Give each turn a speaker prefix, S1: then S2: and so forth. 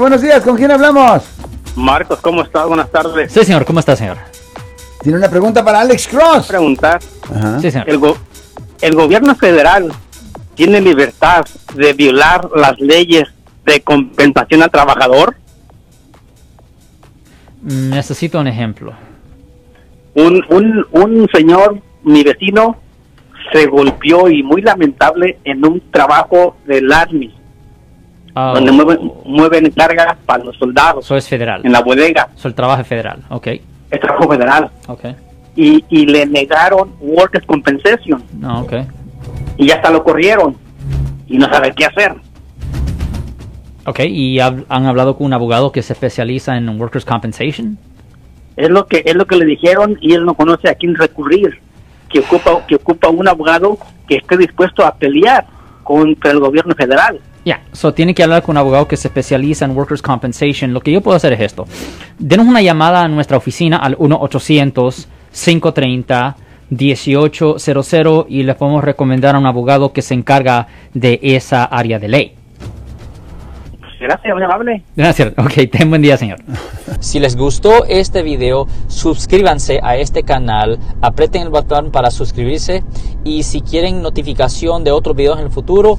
S1: Buenos días, ¿con quién hablamos?
S2: Marcos, ¿cómo estás? Buenas tardes.
S3: Sí, señor, ¿cómo está, señor?
S1: Tiene una pregunta para Alex Cross.
S2: Preguntar,
S1: Ajá.
S3: Sí, señor.
S2: ¿Ah? el, go- el gobierno federal tiene libertad de violar las leyes de compensación al trabajador.
S3: Mm, Necesito un ejemplo.
S2: Un, un, un señor, mi vecino, se golpeó y muy lamentable en un trabajo del Army,
S3: Ah,
S2: donde mueven, mueven cargas para los soldados
S3: Eso es federal.
S2: en la bodega,
S3: Eso el trabajo es federal. Ok,
S2: el trabajo federal.
S3: ok.
S2: Y, y le negaron Workers Compensation.
S3: No, ok.
S2: y ya hasta lo corrieron y no sabe qué hacer.
S3: Ok, ¿y hab- han hablado con un abogado que se especializa en workers' compensation?
S2: Es lo que es lo que le dijeron y él no conoce a quién recurrir, que ocupa que ocupa un abogado que esté dispuesto a pelear contra el gobierno federal.
S3: Ya, so tiene que hablar con un abogado que se especializa en workers' compensation. Lo que yo puedo hacer es esto. Denos una llamada a nuestra oficina al 1-800-530-1800 y les podemos recomendar a un abogado que se encarga de esa área de ley.
S2: Gracias, muy amable.
S3: Gracias. Ok, ten buen día, señor.
S4: Si les gustó este video, suscríbanse a este canal, aprieten el botón para suscribirse y si quieren notificación de otros videos en el futuro,